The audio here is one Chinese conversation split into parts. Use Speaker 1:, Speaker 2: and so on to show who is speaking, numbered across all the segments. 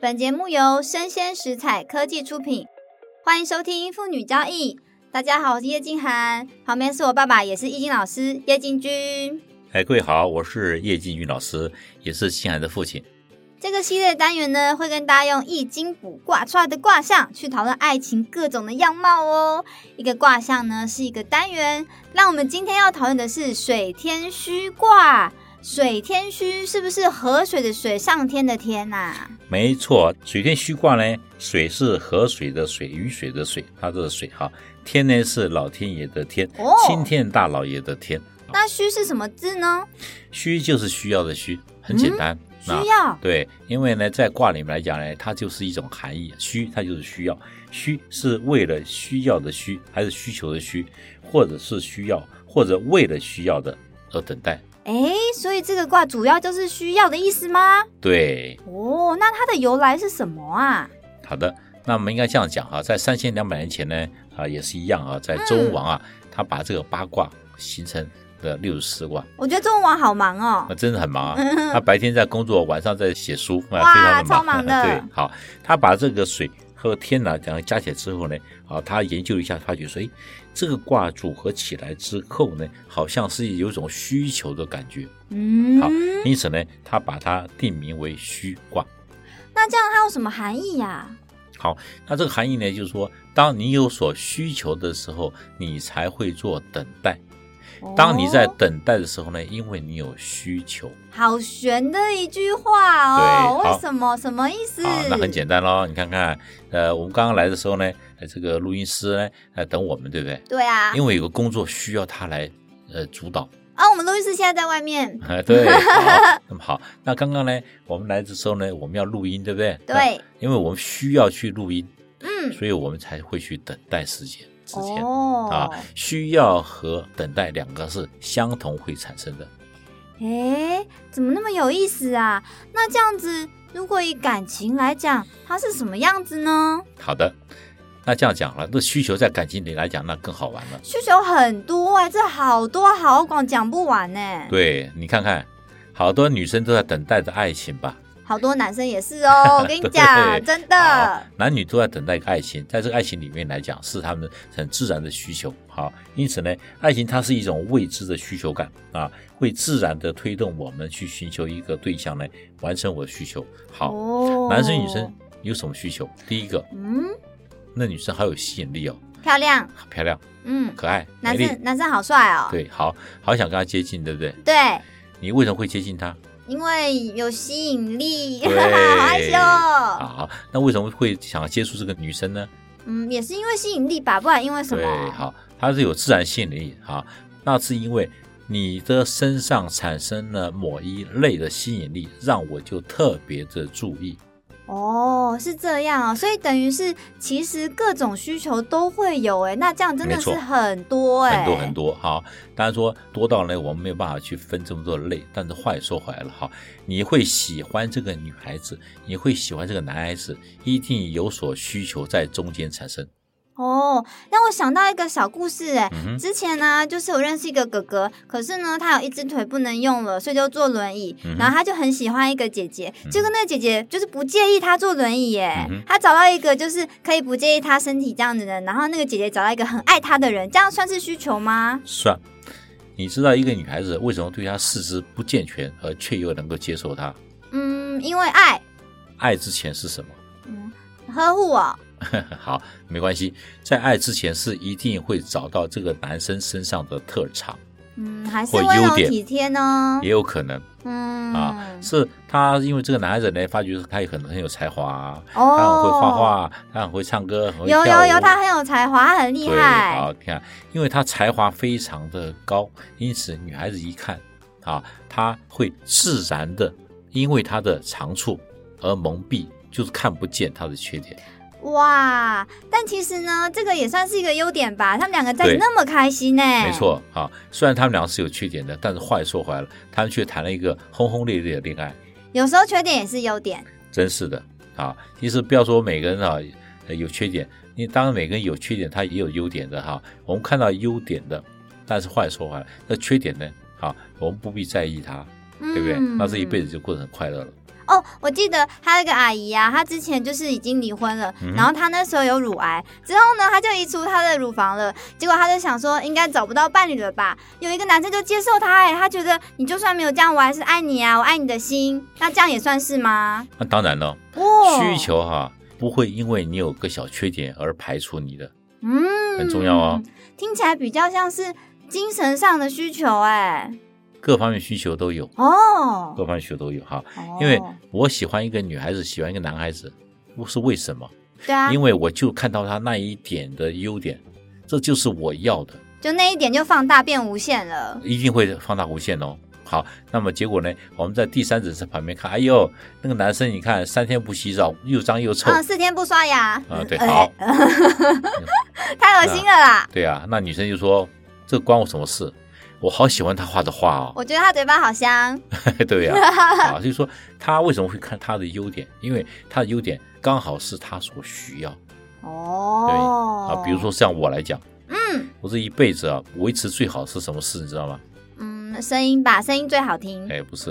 Speaker 1: 本节目由生鲜食材科技出品，欢迎收听《妇女交易》。大家好，我是叶静涵，旁边是我爸爸，也是易经老师叶进军。
Speaker 2: 哎，各位好，我是叶继云老师，也是青海的父亲。
Speaker 1: 这个系列单元呢，会跟大家用易经卜卦出来的卦象去讨论爱情各种的样貌哦。一个卦象呢是一个单元，那我们今天要讨论的是水天虚卦。水天虚是不是河水的水，上天的天啊呐、
Speaker 2: 没错，水天虚卦呢，水是河水的水，雨水的水，它的水哈。天呢是老天爷的天，
Speaker 1: 哦
Speaker 2: 青天大老爷的天。
Speaker 1: 那虚是什么字呢？
Speaker 2: 虚就是需要的虚，很简单。
Speaker 1: 嗯需
Speaker 2: 那
Speaker 1: 要
Speaker 2: 对，因为呢，在卦里面来讲呢，它就是一种含义，虚它就是需要，虚是为了需要的需，还是需求的需，或者是需要，或者为了需要的而等待。
Speaker 1: 诶，所以这个卦主要就是需要的意思吗？
Speaker 2: 对，
Speaker 1: 哦，那它的由来是什么啊？
Speaker 2: 好的，那我们应该这样讲哈、在三千两百年前呢，啊，也是一样啊，在周文王啊，他把这个八卦形成的六十四卦，
Speaker 1: 我觉得中文网好忙哦
Speaker 2: 那。真的很忙啊。
Speaker 1: 嗯
Speaker 2: 他白天在工作，晚上在 写书，啊，
Speaker 1: 哇
Speaker 2: 非常地
Speaker 1: 超
Speaker 2: 忙。
Speaker 1: 忙的
Speaker 2: 对，好，他把这个水和天呢、讲加起来之后呢，啊，他研究一下，发觉说，哎，这个卦组合起来之后呢，好像是有一种需求的感觉，好
Speaker 1: 嗯，
Speaker 2: 因此呢，他把它定名为虚卦。
Speaker 1: 那这样它有什么含义啊呀、
Speaker 2: 那这个含义呢，就是说，当你有所需求的时候，你才会做等待。当你在
Speaker 1: 哦
Speaker 2: 等待的时候呢，因为你有需求
Speaker 1: 好玄的一句话哦，
Speaker 2: 对好
Speaker 1: 为什么？什么意思？
Speaker 2: 啊，那很简单咯。你看看，呃，我们刚刚来的时候呢，呃这个录音师呢，呃，等我们，对不对？
Speaker 1: 对啊，
Speaker 2: 因为有个工作需要他来，呃，主 导。
Speaker 1: 啊，我们录音师现在在外面。
Speaker 2: 啊，对，好，那么好，那刚刚呢，我们来的时候呢，我们要录音，对不对？那，
Speaker 1: 对，
Speaker 2: 因为我们需要去录音，
Speaker 1: 嗯，
Speaker 2: 所以我们才会去等待时间呃之间。
Speaker 1: 哦，
Speaker 2: 啊，需要和等待两个是相同会产生的。
Speaker 1: 诶，怎么那么有意思啊？那这样子，如果以感情来讲，它是什么样子呢？
Speaker 2: 好的，那这样讲了，那需求在感情里来讲，那更好玩了。
Speaker 1: 需求很多哎、这好多好广讲不完欸呢、，
Speaker 2: 对你看看，好多女生都在等待着爱情吧？
Speaker 1: 好多男生也是 哦，我跟你讲，
Speaker 2: 对
Speaker 1: 真
Speaker 2: 啊
Speaker 1: 的，，
Speaker 2: 男女都在等待一个爱情，在这个爱情里面来讲，是他们很自然的需求。好，因此呢，爱情它是一种未知的需求感啊，会自然的推动我们去寻求一个对象来完成我的需求。好，
Speaker 1: 哦
Speaker 2: 男生女生，有什么需求？第一个，
Speaker 1: 嗯，
Speaker 2: 那女生好有吸引力哦，
Speaker 1: 漂亮，
Speaker 2: 好漂亮。
Speaker 1: 嗯，
Speaker 2: 可爱、美
Speaker 1: 男
Speaker 2: 丽，
Speaker 1: 生男生好帅哦，
Speaker 2: 对，好好想跟他接近，对不对？
Speaker 1: 对
Speaker 2: 你为什么会接近他？
Speaker 1: 因为有吸引力，
Speaker 2: 对
Speaker 1: 好害羞哦，
Speaker 2: 啊，那为什么会想接触这个女生呢？
Speaker 1: 嗯，也是因为吸引力吧，不然因为什
Speaker 2: 对，
Speaker 1: 么？
Speaker 2: 好，她是有自然吸引力啊，那是因为你的身上产生了某一类的吸引力，让我就特别的注意。
Speaker 1: 哦，是这样哦，所以等于是其实各种需求都会有哎，那这样真的
Speaker 2: 没
Speaker 1: 是
Speaker 2: 错
Speaker 1: 很多哎，
Speaker 2: 很多很多哈、当然说多到呢，我们没有办法去分这么多的类。但是话也说回来了哈、你会喜欢这个女孩子，你会喜欢这个男孩子，一定有所需求在中间产生。
Speaker 1: 哦，让我想到一个小故事哎、
Speaker 2: 嗯哼，
Speaker 1: 之前呢，就是我认识一个哥哥，可是呢，他有一只腿不能用了，所以就坐轮椅。
Speaker 2: 嗯哼
Speaker 1: 然后他就很喜欢一个姐姐，
Speaker 2: 嗯
Speaker 1: 结果那个姐姐就是不介意他坐轮椅耶，
Speaker 2: 嗯哼
Speaker 1: 他找到一个就是可以不介意他身体这样的人，然后那个姐姐找到一个很爱他的人，这样算是需求吗？
Speaker 2: 算。你知道一个女孩子为什么对她四肢不健全而却又能够接受她？
Speaker 1: 嗯，因为爱，
Speaker 2: 爱之前是什么？
Speaker 1: 嗯，呵护哦我，
Speaker 2: 好，没关系，在爱之前是一定会找到这个男生身上的特长，
Speaker 1: 嗯，还是
Speaker 2: 或
Speaker 1: 温柔
Speaker 2: 优点
Speaker 1: 体贴呢
Speaker 2: 也，有可能
Speaker 1: 嗯，
Speaker 2: 啊，是她因为这个男孩子呢，发觉他也很很有才华、啊，他很会
Speaker 1: 哦，
Speaker 2: 画画，他很会唱歌，很会
Speaker 1: 有
Speaker 2: 跳
Speaker 1: 有有，
Speaker 2: 舞
Speaker 1: 他很有才华，他很厉
Speaker 2: 对，啊
Speaker 1: 害，
Speaker 2: 好，你看，因为他才华非常的高，因此女孩子一看啊，她会自然的因为她的长处而蒙蔽，就是看不见她的缺点。
Speaker 1: 哇！但其实呢，这个也算是一个优点吧。他们两个在一起
Speaker 2: 对
Speaker 1: 那么开心呢、
Speaker 2: 没，错啊，虽然他们俩是有缺点的，但是话又说回来了，他们却谈了一个轰轰烈烈的恋爱，
Speaker 1: 有时候缺点也是优点。
Speaker 2: 真是的啊。其实不要说每个人啊呃有缺点，你当然每个人有缺点，他也有优点的哈、我们看到优点的，但是话又说回来，那缺点呢？啊，我们不必在意它。
Speaker 1: 嗯、
Speaker 2: 对不对？那这一辈子就过得很快乐了。
Speaker 1: 哦，我记得他那个阿姨啊，她之前就是已经离婚了，
Speaker 2: 嗯哼
Speaker 1: 然后她那时候有乳癌，之后呢，她就移除她的乳房了。结果她就想说，应该找不到伴侣了吧？有一个男生就接受她、欸，他觉得你就算没有这样，我还是爱你啊，我爱你的心。那这样也算是吗？
Speaker 2: 那当然了，
Speaker 1: 哇、
Speaker 2: 需，求哈、不会因为你有个小缺点而排除你的，
Speaker 1: 嗯
Speaker 2: 很重要哦。
Speaker 1: 听起来比较像是精神上的需求、欸，
Speaker 2: 各方面需求都有，
Speaker 1: 哦，
Speaker 2: 各方面需求都有哈。因为我喜欢一个女孩子，喜欢一个男孩子，是为什么？
Speaker 1: 对啊，
Speaker 2: 因为我就看到他那一点的优点，这就是我要的，
Speaker 1: 就那一点就放大变无限了。
Speaker 2: 一定会放大无限哦。好，那么结果呢？我们在第三者在旁边看，哎呦，那个男生你看三天不洗澡，又脏又臭，
Speaker 1: 嗯，四天不刷牙。
Speaker 2: 啊对
Speaker 1: 呃
Speaker 2: 好
Speaker 1: 太恶心了啦！
Speaker 2: 对啊，那女生就说这关我什么事？我好喜欢他画的画哦，
Speaker 1: 我觉得他嘴巴好香。
Speaker 2: 对呀、啊， 啊，就是说他为什么会看他的优点？因为他的优点刚好是他所需要
Speaker 1: 哦，
Speaker 2: 啊。比如，说像我来讲，
Speaker 1: 嗯
Speaker 2: 我这一辈子啊，维持最好是什么事？你知道吗？
Speaker 1: 嗯，声音吧，声音最好听。
Speaker 2: 哎， 不是，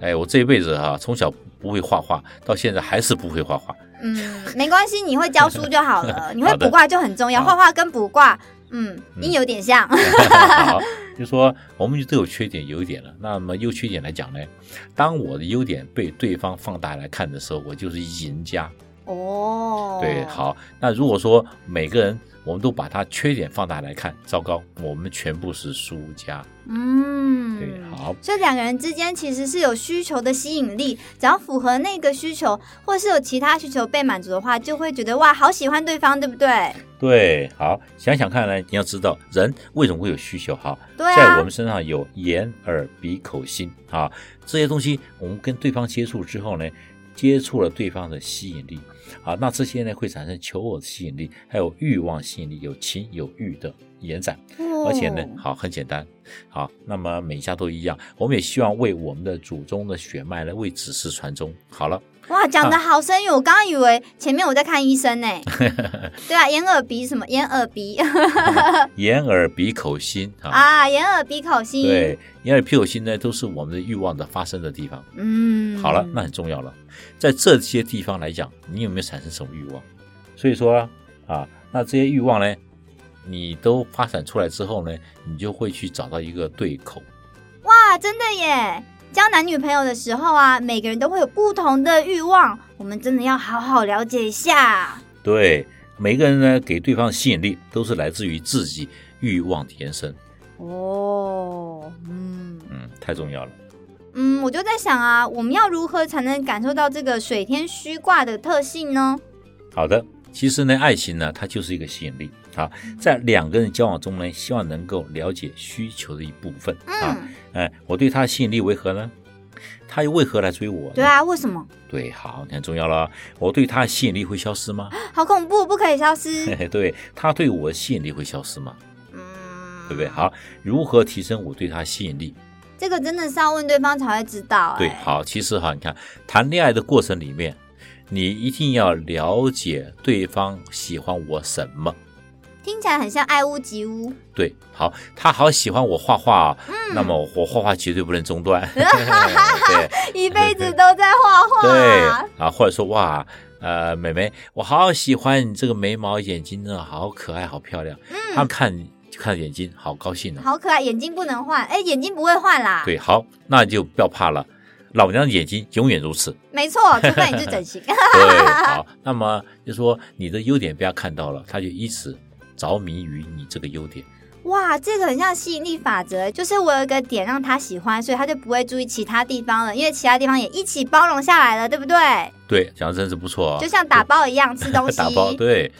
Speaker 2: 哎，我这一辈子哈、从小不会画画，到现在还是不会 画画。
Speaker 1: 嗯，没关系，你会教书就好 了。你会
Speaker 2: 好的
Speaker 1: 卜卦就很重要，
Speaker 2: 好
Speaker 1: 画画跟卜卦，嗯，音有点像。
Speaker 2: 好，就说我们都有缺点优点了。那么优缺点来讲呢，当我的优点被对方放大来看的时候，我就是赢家。
Speaker 1: 哦，
Speaker 2: 对，，好，那如果说每个人我们都把他缺点放大来看，糟糕，我们全部是输家。
Speaker 1: 嗯，
Speaker 2: 对，好，
Speaker 1: 所以两个人之间其实是有需求的吸引力，只要符合那个需求，或是有其他需求被满足的话，就会觉得哇，好喜欢对方，对不对？
Speaker 2: 对，好，想想看呢，你要知道人为什么会有需求哈。
Speaker 1: 对啊，
Speaker 2: 在我们身上有眼、耳、鼻、口、心啊，这些东西，我们跟对方接触之后呢，接触了对方的吸引力啊，那这些呢会产生求偶的吸引力，还有欲望吸引力，有情有欲的延展，而且呢，
Speaker 1: 哦
Speaker 2: 好很简单，好，那么每一家都一样，我们也希望为我们的祖宗的血脉来为子嗣传宗。好 了，
Speaker 1: 哇，讲
Speaker 2: 啊
Speaker 1: 的好深远，我刚刚以为前面我在看医生 呢。对啊，眼耳鼻什么眼耳鼻
Speaker 2: 啊眼、耳、鼻、口、心啊，
Speaker 1: 啊，眼耳鼻口心。，
Speaker 2: 对，眼、耳、鼻、口、心呢都是我们的欲望的发生的地方。
Speaker 1: 嗯，
Speaker 2: 好了，那很重要了。在这些地方来讲，你有没有产生什么欲望？所以说啊啊，那这些欲望呢，你都发展出来之后呢，你就会去找到一个对口。
Speaker 1: 哇，真的耶！交男女朋友的时候啊，每个人都会有不同的欲望，我们真的要好好了解一下。
Speaker 2: 对，每个人呢给对方的吸引力都是来自于自己欲望的延伸。
Speaker 1: 哦，嗯
Speaker 2: 嗯，太重要了。
Speaker 1: 嗯，我就在想啊，我们要如何才能感受到这个水天虚卦的特性呢？
Speaker 2: 好的，其实呢，爱情呢，它就是一个吸引力啊，在两个人交往中呢，希望能够了解需求的一部分啊。
Speaker 1: 嗯，
Speaker 2: 哎、我对他的吸引力为何呢？他又为何来追我呢？
Speaker 1: 对啊，为什么？
Speaker 2: 对，好，你很重要了。我对他的吸引力会消 失吗？
Speaker 1: 好恐怖，不可以消
Speaker 2: 嘿
Speaker 1: 失。
Speaker 2: 嘿，对他对我的吸引力会消失吗？
Speaker 1: 嗯，
Speaker 2: 对不对？，好，如何提升我对他的吸引力？
Speaker 1: 这个真的是要问对方才会知道、哎
Speaker 2: 对，好，其实哈，你看谈恋爱的过程里面，你一定要了解对方喜欢我什么。
Speaker 1: 听起来很像爱屋及乌。
Speaker 2: 对，好，他好喜欢我画画、啊，那么我画画绝对不能中断。对
Speaker 1: 一辈子都在画
Speaker 2: 对
Speaker 1: 画。
Speaker 2: 啊，或者说哇，呃，美眉，我好喜欢你这个眉毛、眼睛呢，好可爱，好漂亮。他们看你就看眼睛，好高兴呢、啊
Speaker 1: 好可爱，眼睛不能换，哎，眼睛不会换啦。，
Speaker 2: 对，好，那就不要怕了，老娘的眼睛永远如此。
Speaker 1: 没错，除非你去整 形。
Speaker 2: 对，好，那么就说你的优点被他看到了，他就一直着迷于你这个优点。
Speaker 1: 哇，这个很像吸引力法则，就是我有一个点让他喜欢，所以他就不会注意其他地方了，因为其他地方也一起包容下来了，对不对？
Speaker 2: 对，讲的真是不错、哦，
Speaker 1: 就像打包一样，吃东西。
Speaker 2: 打包。对，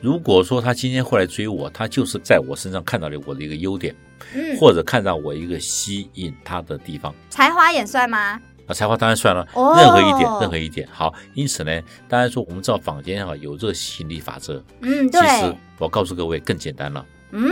Speaker 2: 如果说他今天会来追我，他就是在我身上看到了我的一个优点，
Speaker 1: 嗯，
Speaker 2: 或者看到我一个吸引他的地方。
Speaker 1: 才华也算吗？
Speaker 2: 啊，才华当然算了，
Speaker 1: 哦
Speaker 2: 任何一点，任何一点。好，因此呢，当然说我们知道坊间哈有这个吸引力法则，
Speaker 1: 嗯，
Speaker 2: 其实
Speaker 1: 对。
Speaker 2: 我告诉各位更简单了。
Speaker 1: 嗯，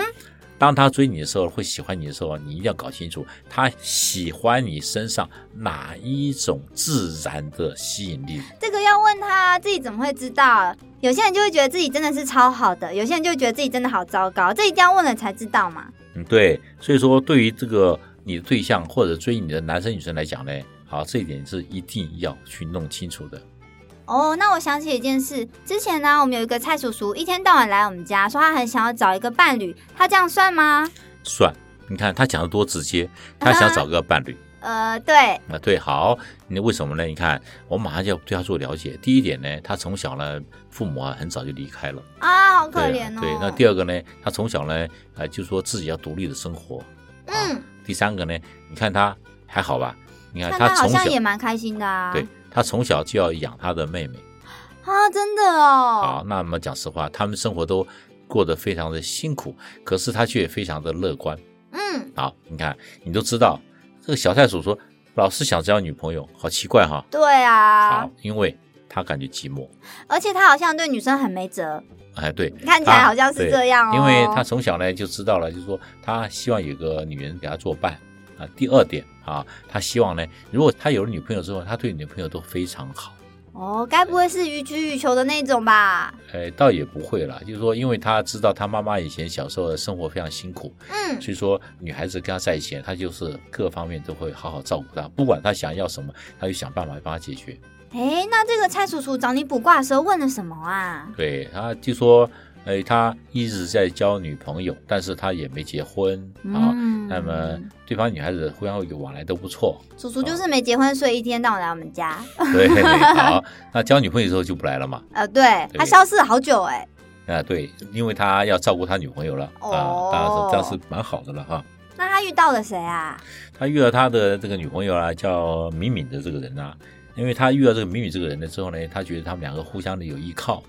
Speaker 2: 当他追你的时候，会喜欢你的时候，你一定要搞清楚他喜欢你身上哪一种自然的吸引力。
Speaker 1: 这个要问他自己怎么会知道？有些人就会觉得自己真的是超好的，有些人就会觉得自己真的好糟糕，这一定要问了才知道嘛。
Speaker 2: 嗯，对。所以说，对于这个你的对象或者追你的男生女生来讲呢，好，这一点是一定要去弄清楚的。
Speaker 1: 哦，那我想起一件事，之前呢，我们有一个蔡叔叔，一天到晚来我们家，说他很想要找一个伴侣，他这样算吗？
Speaker 2: 算，你看他讲的多直接，他想找个伴侣。
Speaker 1: 呃，对，
Speaker 2: 啊，对，好，那为什么呢？你看，我马上就要对他做了解。第一点呢，他从小呢，父母啊很早就离开了，
Speaker 1: 啊，好可
Speaker 2: 对
Speaker 1: 怜哦。
Speaker 2: 对。那第二个呢，他从小呢，啊，就说自己要独立的生活。啊
Speaker 1: 嗯，
Speaker 2: 第三个呢，你看他还好吧？你看
Speaker 1: 看
Speaker 2: 啊他
Speaker 1: 他好
Speaker 2: 从小
Speaker 1: 像也蛮开心的啊。
Speaker 2: 对他从小就要养他的妹妹。
Speaker 1: 啊，真的哦。
Speaker 2: 好，啊那么讲实话，他们生活都过得非常的辛苦，可是他却非常的乐观。
Speaker 1: 嗯，
Speaker 2: 好，你看，你都知道这个小袋鼠说，老是想交女朋友，好奇怪哈。
Speaker 1: 对啊
Speaker 2: 好，，因为他感觉寂寞。
Speaker 1: 而且他好像对女生很没辙，
Speaker 2: 哎，对，
Speaker 1: 看起来
Speaker 2: 他
Speaker 1: 好像是
Speaker 2: 对
Speaker 1: 这样哦。
Speaker 2: 因为他从小呢就知道了，就是说他希望有个女人给他作伴啊。第二点啊，他希望呢，如果他有了女朋友之后，他对女朋友都非常好。
Speaker 1: 哦，该不会是予取予求的那种吧？
Speaker 2: 呃，倒也不会啦，就是说，因为他知道他妈妈以前小时候的生活非常辛苦，
Speaker 1: 嗯，
Speaker 2: 所以说女孩子跟他在一起，他就是各方面都会好好照顾她，不管他想要什么，他就想办法帮他解决。
Speaker 1: 哎，那这个蔡叔叔找你卜卦的时候问了什么啊？
Speaker 2: 对，他就说，哎，他一直在交女朋友，但是他也没结婚啊。
Speaker 1: 嗯
Speaker 2: 那么对方女孩子互相有往来都不错，
Speaker 1: 叔叔就是没结婚，所以一天到晚来我们家。
Speaker 2: 对， 好，那交女朋友之后就不来了嘛，
Speaker 1: 呃，对，
Speaker 2: 对
Speaker 1: 他消失了好久哎、
Speaker 2: 啊，对，因为他要照顾他女朋友了啊
Speaker 1: 哦，
Speaker 2: 当然是这样是蛮好的了哈。
Speaker 1: 那他遇到了谁啊？
Speaker 2: 他遇到他的这个女朋友啊，叫敏敏的这个人啊，因为他遇到这个敏敏这个人了之后呢，他觉得他们两个互相的有依靠，互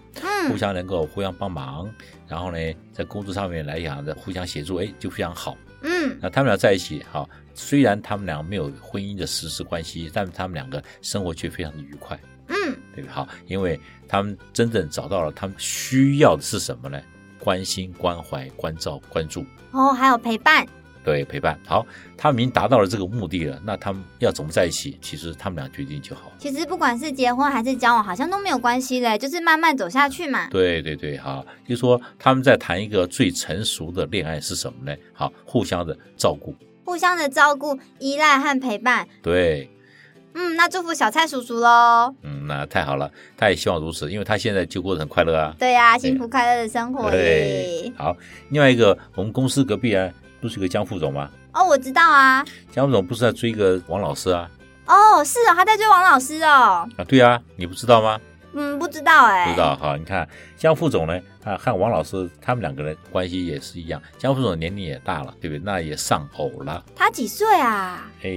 Speaker 1: 嗯，
Speaker 2: 相能够互相帮忙，然后呢，在工作上面来讲的互相协助，哎，就非常好。
Speaker 1: 嗯，
Speaker 2: 那他们俩在一起哈、虽然他们俩没有婚姻的实质关系，但他们两个生活却非常的愉快，
Speaker 1: 嗯，
Speaker 2: 对吧？好，因为他们真正找到了他们需要的是什么呢？关心、关怀、关照、关注。
Speaker 1: 哦，还有陪伴，
Speaker 2: 对，陪伴。好，他们已经达到了这个目的了，那他们要怎么在一起？其实他们俩决定就好。
Speaker 1: 其实不管是结婚还是交往，好像都没有关系嘞，就是慢慢走下去嘛。
Speaker 2: 对对对，好，就说他们在谈一个最成熟的恋爱是什么呢？好，互相的照顾。
Speaker 1: 互相的照顾、依赖和陪伴。
Speaker 2: 对，
Speaker 1: 嗯，那祝福小蔡叔叔喽。
Speaker 2: 嗯，那太好了，他也希望如此，因为他现在就过得很快乐啊。
Speaker 1: 对呀、幸福快乐的生活哦耶。
Speaker 2: 好，另外一个，我们公司隔壁啊，不是有个江副总吗？
Speaker 1: 哦，我知道啊。
Speaker 2: 江副总不是在追一个王老师啊？
Speaker 1: 哦，是哦，他在追王老师哦。
Speaker 2: 啊，对啊，你不知道吗？
Speaker 1: 嗯，不知道哎、
Speaker 2: 不知道哈，你看江副总呢，啊，和王老师他们两个人关系也是一样。江副总年龄也大了，对不对？那也丧偶了，
Speaker 1: 他几岁啊？
Speaker 2: 哎，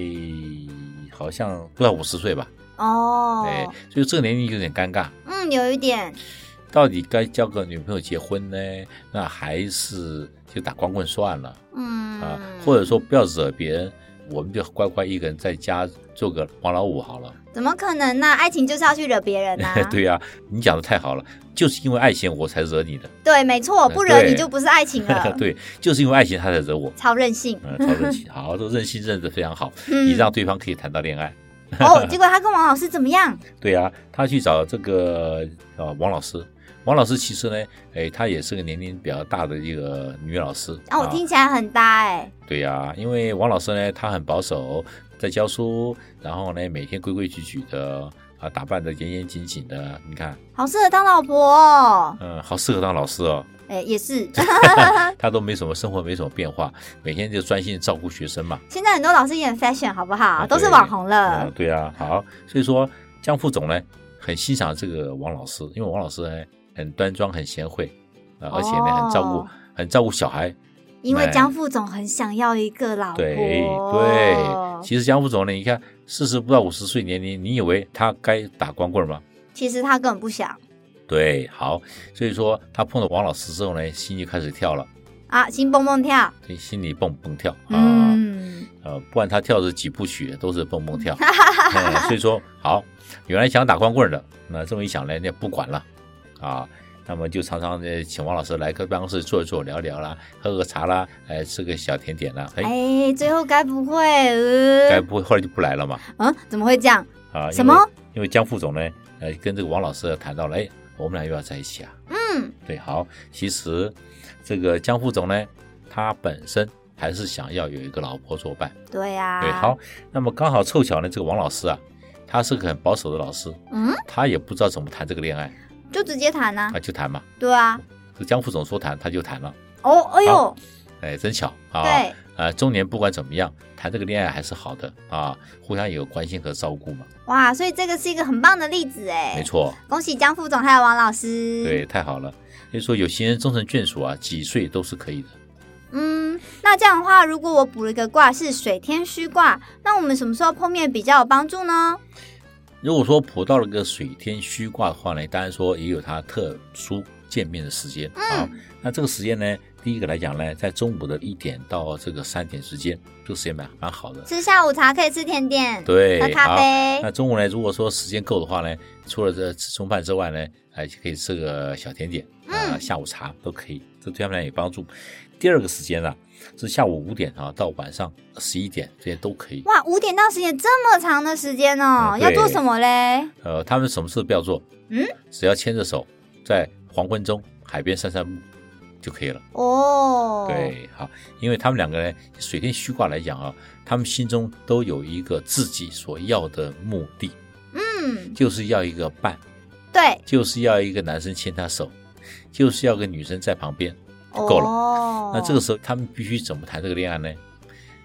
Speaker 2: 好像不到五十岁吧，
Speaker 1: 哦，
Speaker 2: 哎，所以这个年龄有点尴尬。
Speaker 1: 嗯，有一点。
Speaker 2: 到底该交个女朋友结婚呢，那还是就打光棍算了
Speaker 1: 嗯，
Speaker 2: 啊？或者说不要惹别人，我们就乖乖一个人在家做个王老五好了。
Speaker 1: 怎么可能呢、爱情就是要去惹别人啊呐、
Speaker 2: 对呀、你讲的太好了，就是因为爱情我才惹你的，
Speaker 1: 对没错，不惹
Speaker 2: 对
Speaker 1: 你就不是爱情了。，
Speaker 2: 对，就是因为爱情他才惹我。
Speaker 1: 超任性。
Speaker 2: 嗯，超任性，好，这个任性认得非常好，你
Speaker 1: 嗯，
Speaker 2: 让对方可以谈到恋爱。
Speaker 1: 哦，结果他跟王老师怎么样？
Speaker 2: 对啊，他去找这个呃王老师，王老师其实呢，哎，她也是个年龄比较大的一个女老师。啊
Speaker 1: 哦，我听起来很搭哎、
Speaker 2: 对呀、因为王老师呢，他很保守，在教书，然后呢，每天规规矩矩的。啊，打扮的严严谨谨的，你看，
Speaker 1: 好适合当老婆哦。
Speaker 2: 嗯，好适合当老师 哦。
Speaker 1: 哎、也是，
Speaker 2: 他都没什么生活，没什么变化，每天就专心照顾学生嘛。
Speaker 1: 现在很多老师也很 fashion，好不好？
Speaker 2: 对
Speaker 1: 都是网红
Speaker 2: 嗯
Speaker 1: 了，。
Speaker 2: 对啊，好，所以说江副总呢很欣赏这个王老师，因为王老师呢很端庄、很贤惠，啊，而且呢很照顾
Speaker 1: 哦、
Speaker 2: 很照顾小孩。
Speaker 1: 因为江副总很想要一个老婆。
Speaker 2: 对对，其实江副总呢，你看四十不到五十岁年龄，你以为他该打光棍吗？
Speaker 1: 其实他根本不想
Speaker 2: 对，好，所以说他碰到王老师之后呢，心就开始跳了，
Speaker 1: 啊，心蹦蹦跳。
Speaker 2: 所以心里蹦蹦跳啊。
Speaker 1: 嗯，
Speaker 2: 呃，不管他跳的几部曲都是蹦蹦 跳，哎所以说好，原来想打光棍的，那这么一想呢，那不管了啊，那么就常常的请王老师来个办公室坐一坐，聊聊啦，喝个茶啦，哎，吃个小甜点啦，哎，
Speaker 1: 哎，最后该不会，呃
Speaker 2: 该不会后来就不来了嘛？
Speaker 1: 嗯，怎么会这样？
Speaker 2: 啊，因为
Speaker 1: 什么？
Speaker 2: 因为江副总呢，呃，跟这个王老师谈到了，哎，我们俩又要在一起啊，
Speaker 1: 嗯，
Speaker 2: 对，好，其实这个江副总呢，他本身还是想要有一个老婆作伴。
Speaker 1: 对啊呀、
Speaker 2: 对，好，那么刚好凑巧呢，这个王老师啊，他是个很保守的老师，
Speaker 1: 嗯，
Speaker 2: 他也不知道怎么谈这个恋爱，
Speaker 1: 就直接谈呐、
Speaker 2: 啊，就谈嘛。
Speaker 1: 对啊，
Speaker 2: 这江副总说谈，他就谈了，
Speaker 1: 哦，哎呦
Speaker 2: 好，哎，真巧啊。
Speaker 1: 对，
Speaker 2: 啊，中年不管怎么样，谈这个恋爱还是好的啊，互相有关心和照顾嘛，
Speaker 1: 哇，所以这个是一个很棒的例子哎，
Speaker 2: 没，错，
Speaker 1: 恭喜江副总还有王老师。
Speaker 2: 对，，太好了。所以说，有情人终成眷属啊，几岁都是可以的。
Speaker 1: 嗯，那这样的话，如果我补了一个卦是水天虚卦，那我们什么时候碰面比较有帮助呢？
Speaker 2: 如果说卜到了个水天虚卦的话呢，当然说也有它特殊见面的时间、
Speaker 1: 嗯
Speaker 2: 啊。那这个时间呢，第一个来讲呢，在中午的一点到这个三点之间，这个时间蛮蛮好的。
Speaker 1: 吃下午茶可以吃甜点，
Speaker 2: 对，
Speaker 1: 喝咖
Speaker 2: 好
Speaker 1: 啡
Speaker 2: 那，中午呢，如果说时间够的话呢，除了这吃中饭之外呢，还可以吃个小甜点
Speaker 1: 嗯
Speaker 2: 啊、下午茶都可以，这对他们俩有帮助。第二个时间啊，是下午五点啊到晚上十一点，这些都可以。
Speaker 1: 哇，五点到十点这么长的时间哦，
Speaker 2: 嗯
Speaker 1: 要做
Speaker 2: 对
Speaker 1: 什么嘞？
Speaker 2: 呃，他们什么事都不要做，
Speaker 1: 嗯，
Speaker 2: 只要牵着手在黄昏中海边散散步就可以了。
Speaker 1: 哦，，
Speaker 2: 对，好，因为他们两个呢，水天虚卦来讲啊，他们心中都有一个自己所要的目的，
Speaker 1: 嗯，
Speaker 2: 就是要一个伴，
Speaker 1: 对，
Speaker 2: 就是要一个男生牵她手，就是要个女生在旁边。够了
Speaker 1: 哦、
Speaker 2: 那这个时候他们必须怎么谈这个恋爱呢？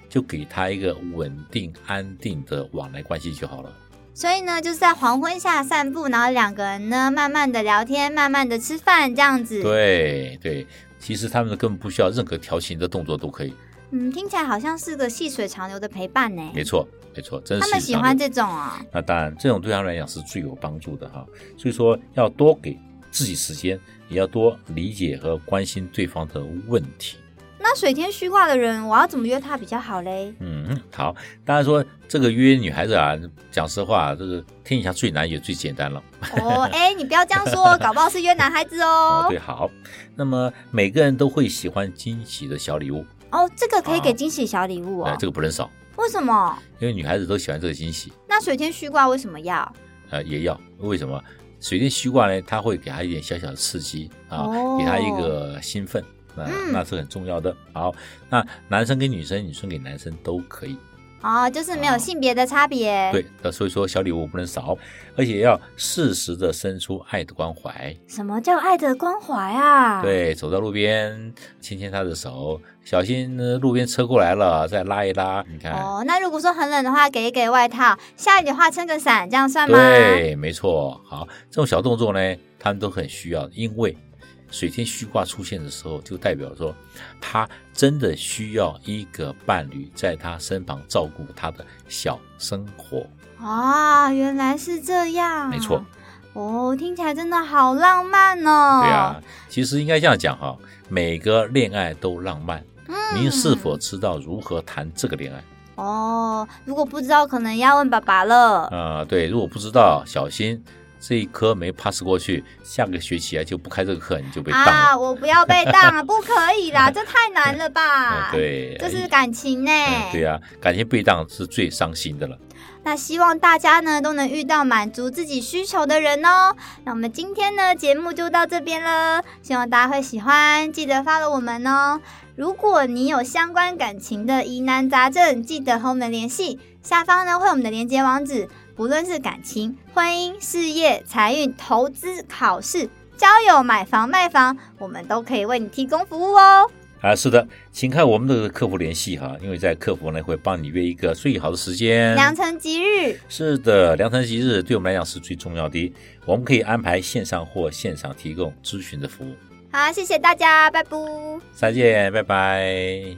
Speaker 2: 就给他一个稳定安定的往来关系就好了。
Speaker 1: 所以呢，就是在黄昏下散步，然后两个人呢，慢慢的聊天，慢慢的吃饭，这样子。，
Speaker 2: 对对，其实他们根本不需要任何调情的动作都可以。
Speaker 1: 嗯，听起来好像是个细水长流的陪伴呢。
Speaker 2: 没错，没错，真是
Speaker 1: 他们喜欢。这种啊、
Speaker 2: 那当然，这种对他们来讲是最有帮助的哈。所以说，要多给自己时间，也要多理解和关心对方的问题。
Speaker 1: 那水天虚卦的人，我要怎么约他比较好 嘞？
Speaker 2: 嗯，好。当然说这个约女孩子啊，讲实话，这个天底下最难也最简单了。
Speaker 1: 哦，哎，你不要这样 说，搞不好是约男孩子
Speaker 2: 哦，
Speaker 1: 哦
Speaker 2: 对，。好。那么每个人都会喜欢惊喜的小礼物，
Speaker 1: 哦，这个可以
Speaker 2: 哦
Speaker 1: 给惊喜小礼物
Speaker 2: 哎
Speaker 1: 哦，。
Speaker 2: 这个不能少，
Speaker 1: 为什么？
Speaker 2: 因为女孩子都喜欢这个惊喜，
Speaker 1: 那水天虚卦为什么要？
Speaker 2: 呃，也要。为什么？水电虚卦呢，它会给她一点小小的刺激啊，
Speaker 1: 哦
Speaker 2: 给她一个兴奋，那、
Speaker 1: 嗯
Speaker 2: 那是很重要的。好，那男生给女生，女生给男生都可以。
Speaker 1: 哦，就是没有
Speaker 2: 哦
Speaker 1: 性别的差别。，
Speaker 2: 对，那所以说小礼物不能少，而且要适时的伸出爱的关怀。
Speaker 1: 什么叫爱的关怀啊？，
Speaker 2: 对，走到路边牵牵她的手，小心呃路边车过来了再拉一拉，你看。
Speaker 1: 哦，那如果说很冷的话，给一给外套；下雨的话，撑个伞，这样算吗？
Speaker 2: 对，没错。好，这种小动作呢，他们都很需要，因为水天虚卦出现的时候，就代表说他真的需要一个伴侣在他身旁照顾他的小生活。
Speaker 1: 啊，原来是这样，
Speaker 2: 没错。
Speaker 1: 哦，听起来真的好浪漫哦。
Speaker 2: 对啊，，其实应该这样讲哈、每个恋爱都浪漫。
Speaker 1: 嗯
Speaker 2: 您是否知道如何谈这个恋爱？
Speaker 1: 哦，如果不知道，可能要问爸爸了。
Speaker 2: 啊、对，如果不知道，小心这一科没 pass 过去，下个学期啊就不开这个课，你就被当了。
Speaker 1: 啊，我不要被当，不可以啦，这太难了吧？
Speaker 2: 嗯，， 对，
Speaker 1: 这是感情呢、
Speaker 2: 嗯，对呀、感情被当是最伤心的了。
Speaker 1: 那希望大家呢都能遇到满足自己需求的人哦。那我们今天呢节目就到这边了，希望大家会喜欢，记得 follow 我们哦。如果你有相关感情的疑难杂症，记得和我们联系。下方呢会有我们的连接网址，不论是感情、婚姻、事业、财运、投资、考试、交友、买房、卖房，我们都可以为你提供服务哦。
Speaker 2: 啊，是的，请看我们的客服联系哈，因为在客服呢会帮你约一个最好的时间。
Speaker 1: 良辰吉日，
Speaker 2: 是的，良辰吉日对我们来讲是最重要的，我们可以安排线上或现场提供咨询的服务。
Speaker 1: 好，谢谢大家，拜拜。
Speaker 2: 再见，拜拜。